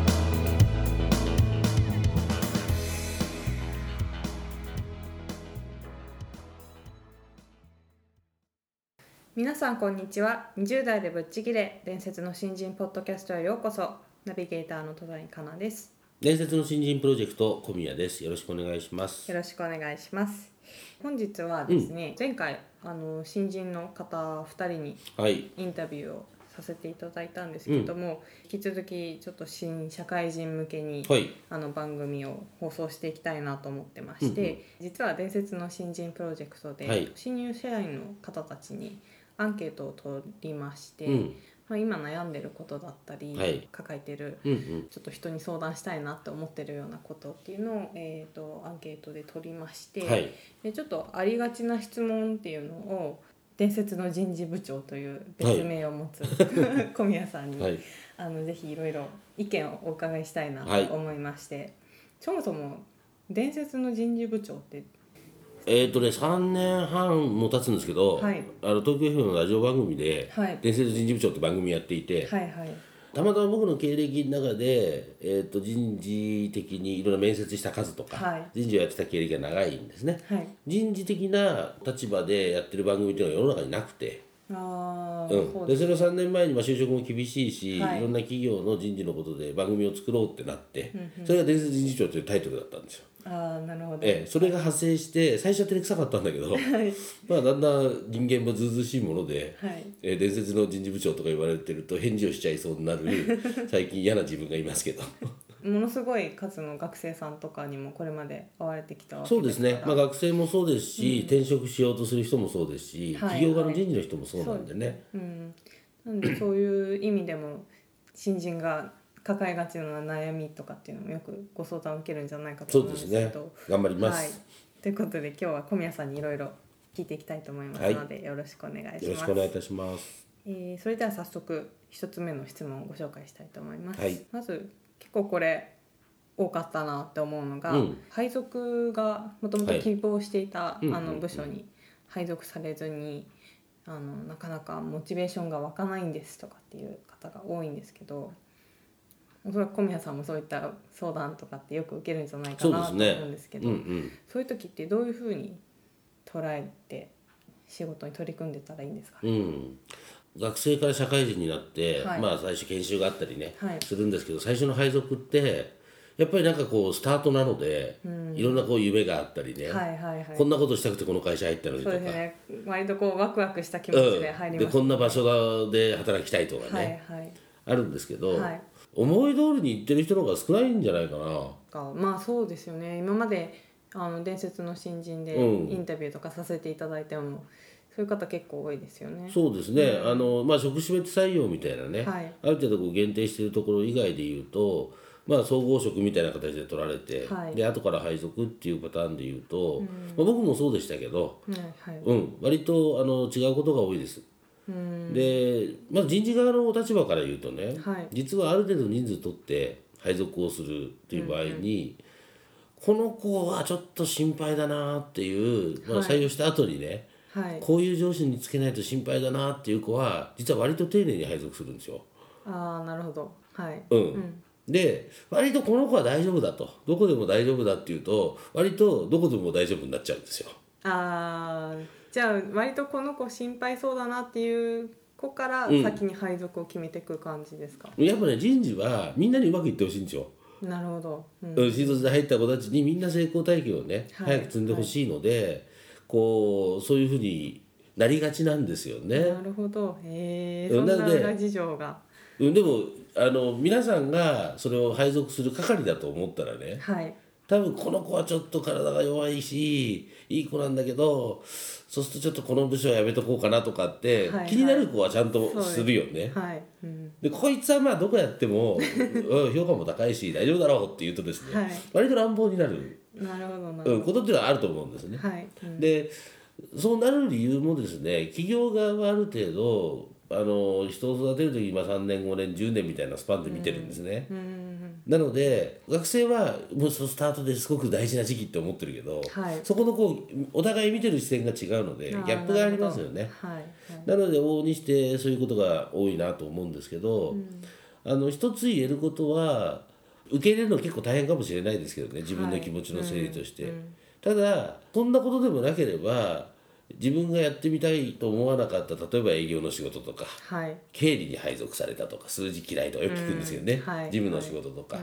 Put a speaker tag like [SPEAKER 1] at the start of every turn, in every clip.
[SPEAKER 1] 皆さんこんにちは20代でぶっちぎれ伝説の新人ポッドキャストへようこそナビゲーターの戸谷香奈です
[SPEAKER 2] 伝説の新人プロジェクト小宮ですよろしくお願いします
[SPEAKER 1] よろしくお願いします本日はですね、前回あの新人の方2人に
[SPEAKER 2] はい
[SPEAKER 1] インタビューをさせていただいたんですけども、引き続きちょっと新社会人向けに、
[SPEAKER 2] はい
[SPEAKER 1] あの番組を放送していきたいなと思ってまして、
[SPEAKER 2] うん
[SPEAKER 1] 実は「伝説の新人プロジェクトで」
[SPEAKER 2] はい
[SPEAKER 1] 新入社員の方たちにアンケートを取りまして、
[SPEAKER 2] うん
[SPEAKER 1] まあ、今悩んでることだったり、
[SPEAKER 2] はい
[SPEAKER 1] 抱えてる
[SPEAKER 2] うんうん
[SPEAKER 1] ちょっと人に相談したいなって思ってるようなことっていうのを、えー、とアンケートで取りまして、
[SPEAKER 2] はい
[SPEAKER 1] でちょっとありがちな質問っていうのを伝説の人事部長という別名を持 つ、小宮さんに、
[SPEAKER 2] はい
[SPEAKER 1] あのぜひいろいろ意見をお伺いしたいな
[SPEAKER 2] はい
[SPEAKER 1] と思いまして、そもそも伝説の人事部長って
[SPEAKER 2] えっ、とね3年半も経つんですけど、
[SPEAKER 1] はい
[SPEAKER 2] あの東京 FM のラジオ番組で、
[SPEAKER 1] はい
[SPEAKER 2] 伝説人事部長って番組やっていて、
[SPEAKER 1] はいはい
[SPEAKER 2] たまたま僕の経歴の中で、えー、と人事的にいろんな面接した数とか、
[SPEAKER 1] はい
[SPEAKER 2] 人事をやってた経歴が長いんですね
[SPEAKER 1] はい
[SPEAKER 2] 人事的な立場でやってる番組っていうのは世の中になくて、
[SPEAKER 1] ああ、
[SPEAKER 2] う
[SPEAKER 1] そ
[SPEAKER 2] ん、
[SPEAKER 1] う
[SPEAKER 2] で
[SPEAKER 1] です
[SPEAKER 2] それを3年前にまあ就職も厳しいし、
[SPEAKER 1] はい
[SPEAKER 2] い、ろんな企業の人事のことで番組を作ろうってなって、それが「伝説人事長」というタイトルだったんですよ。
[SPEAKER 1] ああなるほど、
[SPEAKER 2] ええ、それが派生して最初は照れくさかったんだけど、 まあ、だんだん人間もずうずうしいもので、
[SPEAKER 1] はい
[SPEAKER 2] ええ伝説の人事部長とか言われてると返事をしちゃいそうにな る最近嫌な自分がいますけど
[SPEAKER 1] ものすごい数の学生さんとかにもこれまで会われてきたわけ
[SPEAKER 2] そうですね、まあ、学生もそうですし、転職しようとする人もそうですし、
[SPEAKER 1] はい
[SPEAKER 2] 企業側の人事の人もそうなんでね。
[SPEAKER 1] うん、なんでそういう意味でも新人が抱えがちな悩みとかっていうのもよくご相談を受けるんじゃないかと
[SPEAKER 2] そう
[SPEAKER 1] 思うん
[SPEAKER 2] で
[SPEAKER 1] ですすけ
[SPEAKER 2] ね
[SPEAKER 1] ど。
[SPEAKER 2] 頑張りま
[SPEAKER 1] はい
[SPEAKER 2] す、、
[SPEAKER 1] ということで今日は小宮さんにいろいろ聞いていきたいと思いますので、よろしくお願いし
[SPEAKER 2] よろ
[SPEAKER 1] ま
[SPEAKER 2] し
[SPEAKER 1] す
[SPEAKER 2] くお願いいたします
[SPEAKER 1] えーそれでは早速一つ目の質問をご紹介したいと思います、
[SPEAKER 2] はい
[SPEAKER 1] まず結構これ多かったなって思うのが、
[SPEAKER 2] うん
[SPEAKER 1] 配属がもともと希望していた、
[SPEAKER 2] いうん
[SPEAKER 1] あ
[SPEAKER 2] うん
[SPEAKER 1] の
[SPEAKER 2] うん
[SPEAKER 1] 部署に配属されずにあのなかなかモチベーションが湧かないんですとかっていう方が多いんですけどおそらく小宮さんもそういった相談とかってよく受けるんじゃないかなと思
[SPEAKER 2] そ
[SPEAKER 1] う
[SPEAKER 2] うですね
[SPEAKER 1] んですけ
[SPEAKER 2] うん
[SPEAKER 1] ど
[SPEAKER 2] うん
[SPEAKER 1] そういう時ってどういうふうに捉えて仕事に取り組んでたらいいんですかね。
[SPEAKER 2] うん、学生から社会人になって、
[SPEAKER 1] はい
[SPEAKER 2] まあ最初研修があったりね、
[SPEAKER 1] はい
[SPEAKER 2] するんですけど最初の配属ってやっぱりなんかこうスタートなので、いろんなこう夢があったりね、
[SPEAKER 1] はいはいはい。
[SPEAKER 2] こんなことしたくてこの会社入ったのに
[SPEAKER 1] そ
[SPEAKER 2] と
[SPEAKER 1] う
[SPEAKER 2] か
[SPEAKER 1] ですね。割とこうワクワクした気持
[SPEAKER 2] う
[SPEAKER 1] ち
[SPEAKER 2] ん
[SPEAKER 1] で入り
[SPEAKER 2] で
[SPEAKER 1] ます。
[SPEAKER 2] こんな場所で働きたいとか
[SPEAKER 1] は
[SPEAKER 2] ね、
[SPEAKER 1] いはい。
[SPEAKER 2] あるんですけど、
[SPEAKER 1] はい
[SPEAKER 2] 思い通りに行ってる人の方が少ないんじゃないかな。
[SPEAKER 1] かまあそうですよね。今まであの伝説の新人で
[SPEAKER 2] うん
[SPEAKER 1] インタビューとかさせていただいても、そういう方結構多いですよね。
[SPEAKER 2] そうですね、あのまあ、職種別採用みたいなね、
[SPEAKER 1] はい
[SPEAKER 2] ある程度こう限定しているところ以外でいうと、まあ、総合職みたいな形で取られて、
[SPEAKER 1] はい
[SPEAKER 2] で後から配属っていうパターンでいうと、まあ、僕もそうでしたけど、
[SPEAKER 1] はいはい。
[SPEAKER 2] うん、割とあの違うことが多いです。で、まあ、人事側のお立場から言うとね、
[SPEAKER 1] はい
[SPEAKER 2] 実はある程度人数取って配属をするっていう場合に、この子はちょっと心配だなっていう、まあ、採用した後にね、
[SPEAKER 1] はい。
[SPEAKER 2] こういう上司につけないと心配だなっていう子は実は割と丁寧に配属するんですよ。
[SPEAKER 1] ああなるほど。はい。
[SPEAKER 2] うんで割とこの子は大丈夫だとどこでも大丈夫だっていうと割とどこでも大丈夫になっちゃうんですよ。
[SPEAKER 1] ああじゃあ割とこの子心配そうだなっていう子から先に配属を決めていく感じですか。
[SPEAKER 2] やっぱね人事はみんなにうまくいってほしいんですよ。
[SPEAKER 1] なるほど。うん。
[SPEAKER 2] うん、新卒で入った子たちにみんな成功体験をね、
[SPEAKER 1] はい
[SPEAKER 2] 早く積んでほしいので、こうそういうふうになりがちなんですよね。
[SPEAKER 1] なるほど。へえ
[SPEAKER 2] う
[SPEAKER 1] そん
[SPEAKER 2] ん
[SPEAKER 1] な
[SPEAKER 2] なので
[SPEAKER 1] 裏事情が。
[SPEAKER 2] うん、でもあの皆さんがそれを配属する係だと思ったらね
[SPEAKER 1] はい。
[SPEAKER 2] 多分この子はちょっと体が弱いしいい子なんだけどそうするとちょっとこの部署はやめとこうかなとかって、
[SPEAKER 1] はいはい
[SPEAKER 2] 気になる子はちゃんとするよね。
[SPEAKER 1] はい、うん、
[SPEAKER 2] でこいつはまあどこやってもうん評価も高いし大丈夫だろうって言うとですね、
[SPEAKER 1] はい
[SPEAKER 2] 割と乱暴になる、
[SPEAKER 1] なるほどなるほど、
[SPEAKER 2] うん、ことっていうのはあると思うんですね。
[SPEAKER 1] はい、うん
[SPEAKER 2] でそうなる理由もですね企業側はある程度あの人を育てる時今3年5年10年みたいなスパンで見てるんですね。
[SPEAKER 1] うんうん
[SPEAKER 2] なので学生はもうそのスタートですごく大事な時期って思ってるけど、
[SPEAKER 1] はい
[SPEAKER 2] そこのこうお互い見てる視線が違うのでギ
[SPEAKER 1] うん、
[SPEAKER 2] ャップがありますよね。
[SPEAKER 1] あー。なる
[SPEAKER 2] なので往々にしてそういうことが多いなと思うんですけど、あの一つ言えることは受け入れるの結構大変かもしれないですけどね自分の気持ちの整理として、ただそんなことでもなければ自分がやってみたいと思わなかった例えば営業の仕事とか
[SPEAKER 1] ほどはい、はい、
[SPEAKER 2] 経理に配属されたとか数字嫌いとかよく聞くんですけどね、
[SPEAKER 1] うんはい
[SPEAKER 2] 事務の仕事とか、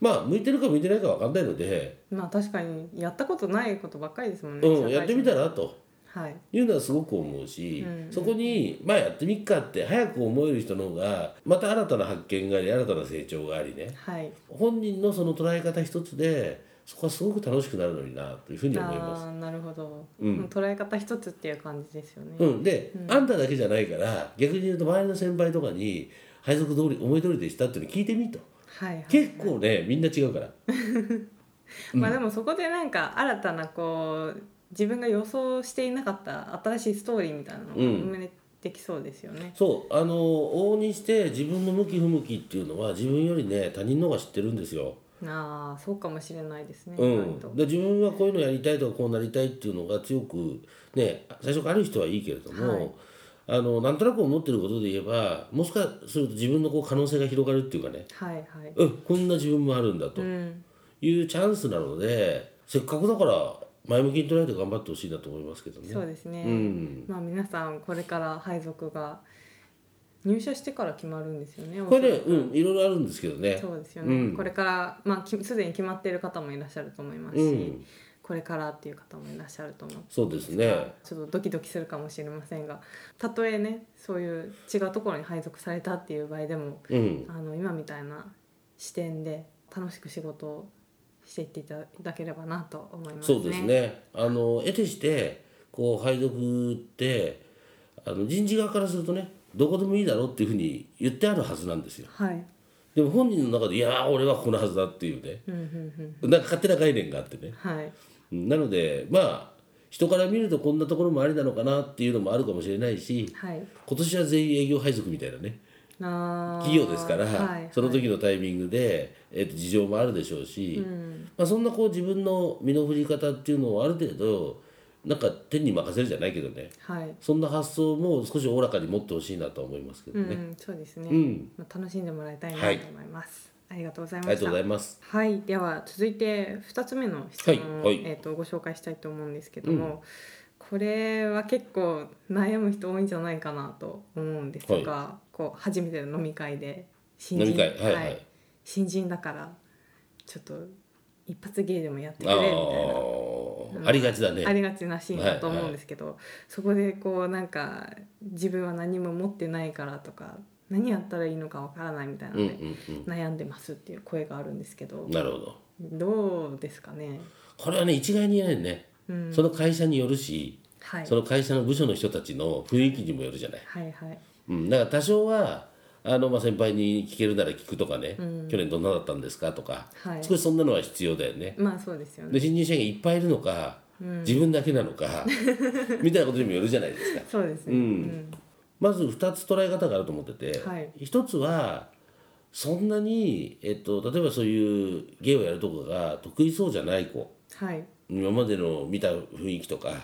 [SPEAKER 2] まあ向いてるか向いてないか分かんないので、
[SPEAKER 1] まあ確かにやったことないことばっかりですもんね、
[SPEAKER 2] うん、やってみたらと。
[SPEAKER 1] たはい
[SPEAKER 2] いうのはすごく思うし、そこにまあやってみっかって早く思える人の方がまた新たな発見があり新たな成長がありね
[SPEAKER 1] はい
[SPEAKER 2] 本人のその捉え方一つでそこはすごく楽しくなるのになというふうに思います。
[SPEAKER 1] ああなるほど、
[SPEAKER 2] うん
[SPEAKER 1] も捉え方一つっていう感じですよね、
[SPEAKER 2] うん、で、あんただけじゃないから逆に言うと周りの先輩とかに配属通り思い通りでしたっていうの聞いてみと
[SPEAKER 1] はいはい
[SPEAKER 2] 結構ねみんな違うから
[SPEAKER 1] まあでもそこでなんか新たなこう自分が予想していなかった新しいストーリーみたいなのが
[SPEAKER 2] うん
[SPEAKER 1] 生まれてきそうですよね、
[SPEAKER 2] そうあの往々にして自分の向き不向きっていうのは自分よりね他人の方が知ってるんですよ。
[SPEAKER 1] ああそうかもしれないですね、
[SPEAKER 2] う
[SPEAKER 1] 意外
[SPEAKER 2] ん、
[SPEAKER 1] と
[SPEAKER 2] で自分はこういうのやりたいとかこうなりたいっていうのが強くね最初からある人はいいけれども、
[SPEAKER 1] はい
[SPEAKER 2] あのなんとなく思ってることで言えばもしかすると自分のこう可能性が広がるっていうかね
[SPEAKER 1] はいはい
[SPEAKER 2] うんこんな自分もあるんだと
[SPEAKER 1] うん
[SPEAKER 2] いうチャンスなので、せっかくだから前向きに捉えて頑張ってほしいなと思いますけどね。
[SPEAKER 1] そうですね、
[SPEAKER 2] うん
[SPEAKER 1] まあ皆さんこれから配属が入社してから決まるんですよね
[SPEAKER 2] これ
[SPEAKER 1] お、そ
[SPEAKER 2] ね
[SPEAKER 1] らく
[SPEAKER 2] うん、いろいろあるんですけどね。
[SPEAKER 1] そうですよね、
[SPEAKER 2] うん
[SPEAKER 1] これからまあきすでに決まっている方もいらっしゃると思いますし、
[SPEAKER 2] うん、
[SPEAKER 1] これからっていう方もいらっしゃると思う
[SPEAKER 2] そうですね。
[SPEAKER 1] ちょっとドキドキするかもしれませんがたとえねそういう違うところに配属されたっていう場合でも
[SPEAKER 2] うん、
[SPEAKER 1] あの今みたいな視点で楽しく仕事をしていっていただければなと思います
[SPEAKER 2] そうですね。あの得てしてこう配属ってあの人事側からするとねどこでもいいだろうっていうふうに言ってあるはずなんですよ。
[SPEAKER 1] はい、
[SPEAKER 2] でも本人の中でいやー俺はここのはずだっていうね
[SPEAKER 1] うんうんうん、
[SPEAKER 2] なんか勝手な概念があってね。
[SPEAKER 1] はい
[SPEAKER 2] うんなのでまあ人から見るとこんなところもありなのかなっていうのもあるかもしれないし
[SPEAKER 1] はい
[SPEAKER 2] 今年は全員営業配属みたいなね
[SPEAKER 1] な
[SPEAKER 2] 企業ですから、
[SPEAKER 1] はい、
[SPEAKER 2] その時のタイミングで、えっと事情もあるでしょうし。
[SPEAKER 1] うん、
[SPEAKER 2] まあ、そんなこう自分の身の振り方っていうのをある程度なんか手に任せるじゃないけどね
[SPEAKER 1] はい、
[SPEAKER 2] そんな発想も少しおおらかに持ってほしいなと思いますけど
[SPEAKER 1] う
[SPEAKER 2] ね、
[SPEAKER 1] ん、そうですね、
[SPEAKER 2] うん
[SPEAKER 1] まあ、楽しんでもらいたいな
[SPEAKER 2] はい
[SPEAKER 1] と思います、ありがとうござい
[SPEAKER 2] あ
[SPEAKER 1] ま
[SPEAKER 2] り
[SPEAKER 1] した
[SPEAKER 2] がとうございます
[SPEAKER 1] はい、では続いて2つ目の質問を、
[SPEAKER 2] はいはい
[SPEAKER 1] えー、とご紹介したいと思うんですけども、これは結構悩む人多いんじゃないかなと思うんですが、こう初めての飲み会で新
[SPEAKER 2] 飲み
[SPEAKER 1] 人,、
[SPEAKER 2] 会はいはい、
[SPEAKER 1] 新人だからちょっと一発芸でもやってく
[SPEAKER 2] あ
[SPEAKER 1] れみたいな
[SPEAKER 2] あ、ありがちだね
[SPEAKER 1] ありがちなシーンだと思うんですけど、そこでこうなんか自分は何も持ってないからとか何やったらいいのかわからないみたいな
[SPEAKER 2] うんう
[SPEAKER 1] の
[SPEAKER 2] ん
[SPEAKER 1] で、悩んでますっていう声があるんですけど
[SPEAKER 2] うんなるほど
[SPEAKER 1] どうですかね、
[SPEAKER 2] これはね一概に言えないね、
[SPEAKER 1] うん、
[SPEAKER 2] その会社によるし
[SPEAKER 1] はい
[SPEAKER 2] その会社の部署の人たちの雰囲気にもよるじゃない、
[SPEAKER 1] はいはい
[SPEAKER 2] うん、だから多少はあの、まあ、先輩に聞けるなら聞くとかね、去年どんなだったんですかとか、
[SPEAKER 1] はい
[SPEAKER 2] 少しそんなのは必要だよね
[SPEAKER 1] まあそうですよ
[SPEAKER 2] で
[SPEAKER 1] ね
[SPEAKER 2] 新入社員がいっぱいいるのか、自分だけなの かみたいなことにもよるじゃないですか
[SPEAKER 1] そうですね、
[SPEAKER 2] うん
[SPEAKER 1] うん
[SPEAKER 2] まず2つ捉え方があると思ってて、
[SPEAKER 1] はい
[SPEAKER 2] 一1つはそんなに、えっと、例えばそういう芸をやるとこが得意そうじゃない子
[SPEAKER 1] はい
[SPEAKER 2] 今までの見た雰囲気とか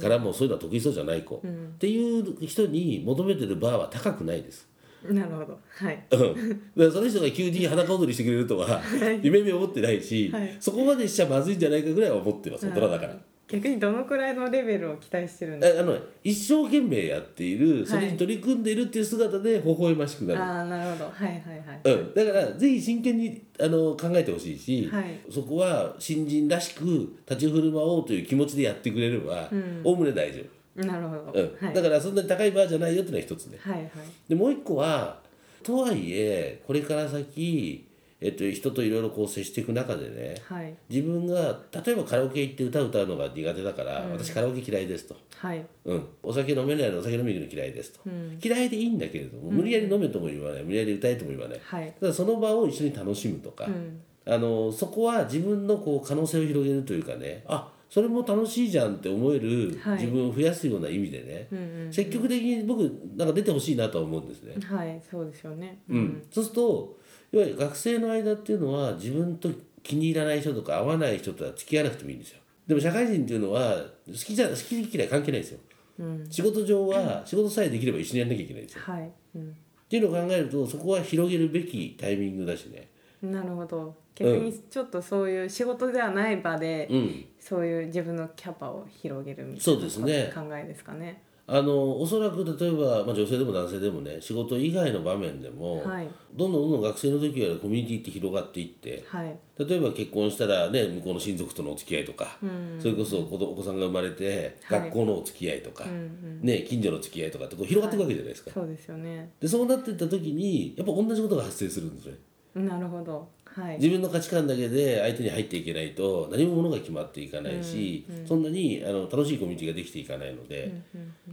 [SPEAKER 2] からもそういうのは得意そうじゃない子、っていう人に求めてるバーは高くないです。
[SPEAKER 1] なるほどはい
[SPEAKER 2] うんだからその人が急に裸踊りしてくれるとは夢見思ってないし、
[SPEAKER 1] はい
[SPEAKER 2] そこまでしちゃまずいんじゃないかぐらいは思ってます大人だから。
[SPEAKER 1] 逆にどのくらいのレベルを期待してるんです
[SPEAKER 2] ああの一生懸命やっているそれに取り組んでいるっていう姿で微笑ましく
[SPEAKER 1] か
[SPEAKER 2] なる、
[SPEAKER 1] ああーなるほどはいはいはい
[SPEAKER 2] うん、だからぜひ真剣にあの考えてほしいし、
[SPEAKER 1] はい
[SPEAKER 2] そこは新人らしく立ち振る舞おうという気持ちでやってくれればおおむね大丈
[SPEAKER 1] なるほど、
[SPEAKER 2] 夫、うん
[SPEAKER 1] はい
[SPEAKER 2] だからそんなに高いバーじゃないよっていうのは一つね
[SPEAKER 1] はいはい
[SPEAKER 2] でもう一個はとはいえこれから先えっと、人といろいろこう接していく中でね
[SPEAKER 3] はい
[SPEAKER 2] 自分が例えばカラオケ行って歌歌うのが苦手だから、私カラオケ嫌いですと、
[SPEAKER 3] はい
[SPEAKER 2] うん、お酒飲めないのお酒飲みに行くの嫌いですと、
[SPEAKER 3] うん
[SPEAKER 2] 嫌いでいいんだけれども無理やり飲めとも言わない無理やり歌えとも言わない
[SPEAKER 3] はい
[SPEAKER 2] ただその場を一緒に楽しむとか、
[SPEAKER 3] うん
[SPEAKER 2] あのそこは自分のこう可能性を広げるというかねあそれも楽しいじゃんって思える
[SPEAKER 3] はい
[SPEAKER 2] 自分を増やすような意味でね、
[SPEAKER 3] うんうん
[SPEAKER 2] 積極的に僕なんか出てほしいなとは思うんですね。
[SPEAKER 3] はいそうですよね
[SPEAKER 2] うんそうするといわゆる学生の間っていうのは自分と気に入らない人とか合わない人とは付き合わなくてもいいんですよ。でも社会人っていうのは好きじゃ好き嫌い関係ないんですよ。
[SPEAKER 3] うん
[SPEAKER 2] 仕事上は仕事さえできれば一緒にやんなきゃいけないんですよ。
[SPEAKER 3] はいうん
[SPEAKER 2] っていうのを考えるとそこは広げるべきタイミングだしね。
[SPEAKER 3] なるほど逆にちょっとそういう仕事ではない場で、
[SPEAKER 2] うん、
[SPEAKER 3] そういう自分のキャパを広げるみた
[SPEAKER 2] そ
[SPEAKER 3] いう
[SPEAKER 2] ですね
[SPEAKER 3] な考えですかね。
[SPEAKER 2] あのおそらく例えば、まあ、女性でも男性でもね仕事以外の場面でも、
[SPEAKER 3] はい
[SPEAKER 2] どんどんどんどん学生の時よりコミュニティって広がっていって
[SPEAKER 3] はい。
[SPEAKER 2] 例えば結婚したらね向こうの親族とのお付き合いとか、
[SPEAKER 3] うん。
[SPEAKER 2] それこそ子どお子さんが生まれて
[SPEAKER 3] はい
[SPEAKER 2] 学校のお付き合いとか、
[SPEAKER 3] うんうん。
[SPEAKER 2] ね、近所の付き合いとかってこう広がっていくわけじゃないですか、
[SPEAKER 3] そうですよね。
[SPEAKER 2] でそうなってった時にやっぱ同じことが発生するんですね
[SPEAKER 3] なるほど。はい。
[SPEAKER 2] 自分の価値観だけで相手に入っていけないと何もものが決まっていかないし、そんなにあの楽しいコミュニティができていかないので、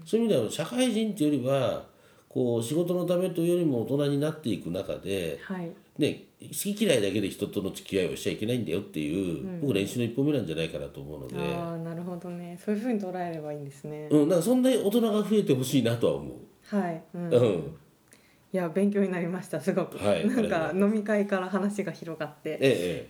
[SPEAKER 2] そういう意味では社会人っていうよりはこう仕事のためというよりも大人になっていく中で、
[SPEAKER 3] はい。
[SPEAKER 2] ね、好き嫌いだけで人との付き合いをしちゃいけないんだよっていう、僕練習の一歩目なんじゃないかなと思うので、
[SPEAKER 3] ああ、なるほどね。そういうふうに捉えればいいんですね。
[SPEAKER 2] うん、なんかそんなに大人が増えてほしいなとは思う。
[SPEAKER 3] はい。うん。
[SPEAKER 2] う
[SPEAKER 3] い
[SPEAKER 2] ん
[SPEAKER 3] や、勉強になりました。すごく。
[SPEAKER 2] はい
[SPEAKER 3] なん
[SPEAKER 2] あ
[SPEAKER 3] か
[SPEAKER 2] り
[SPEAKER 3] 飲み会から話が広がって。
[SPEAKER 2] え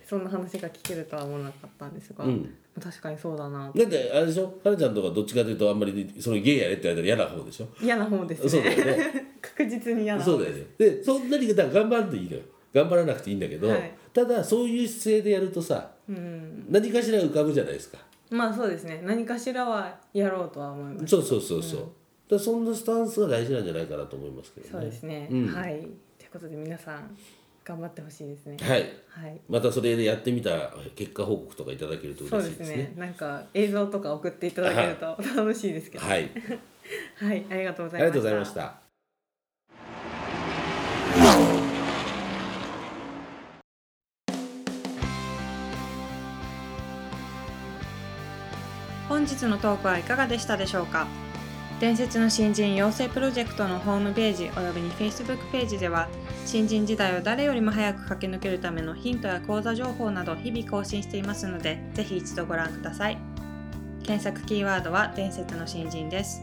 [SPEAKER 2] え
[SPEAKER 3] そんな話が聞けるとは思わなかったんですが、
[SPEAKER 2] うん
[SPEAKER 3] 確かにそうだな
[SPEAKER 2] ええ、だってあれでしょはなちゃんとかどっちかというとあんまりそのゲイやれって言われたら嫌な方でしょ
[SPEAKER 3] 嫌な方ですね
[SPEAKER 2] そうだよ ね
[SPEAKER 3] 確実に嫌な
[SPEAKER 2] そ
[SPEAKER 3] 方
[SPEAKER 2] うだよねでそんなにだから頑張るといいのよ頑張らなくていいんだけど、
[SPEAKER 3] はい
[SPEAKER 2] ただそういう姿勢でやるとさ
[SPEAKER 3] うん、
[SPEAKER 2] 何かしら浮かぶじゃないですか
[SPEAKER 3] まあそうですね何かしらはやろうとは思います
[SPEAKER 2] そうそうそうそう、だからそんなスタンスが大事なんじゃないかなと思いますけどね
[SPEAKER 3] そうですね。
[SPEAKER 2] うん
[SPEAKER 3] はい。ということで皆さん頑張ってほしいですね。
[SPEAKER 2] はい
[SPEAKER 3] はい。
[SPEAKER 2] またそれでやってみた結果報告とかいただけると
[SPEAKER 3] そう
[SPEAKER 2] 嬉し
[SPEAKER 3] で
[SPEAKER 2] い
[SPEAKER 3] す
[SPEAKER 2] で
[SPEAKER 3] ね
[SPEAKER 2] すね。
[SPEAKER 3] なんか映像とか送っていただけると楽しいですけど。
[SPEAKER 2] はい
[SPEAKER 3] はい。ありがとうご
[SPEAKER 2] あ
[SPEAKER 3] ざ
[SPEAKER 2] り
[SPEAKER 3] いました。
[SPEAKER 2] がとうございまし。た
[SPEAKER 1] 本日のトークはいかがでしたでしょうか伝説の新人養成プロジェクトのホームページおよびに Facebook ページでは新人時代を誰よりも早く駆け抜けるためのヒントや講座情報など日々更新していますのでぜひ一度ご覧ください検索キーワードは伝説の新人です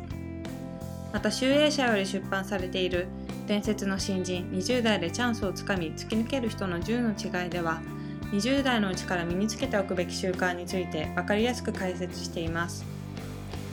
[SPEAKER 1] また集英社より出版されている伝説の新人20代でチャンスをつかみ突き抜ける人の10の違いでは20代のうちから身につけておくべき習慣について分かりやすく解説しています。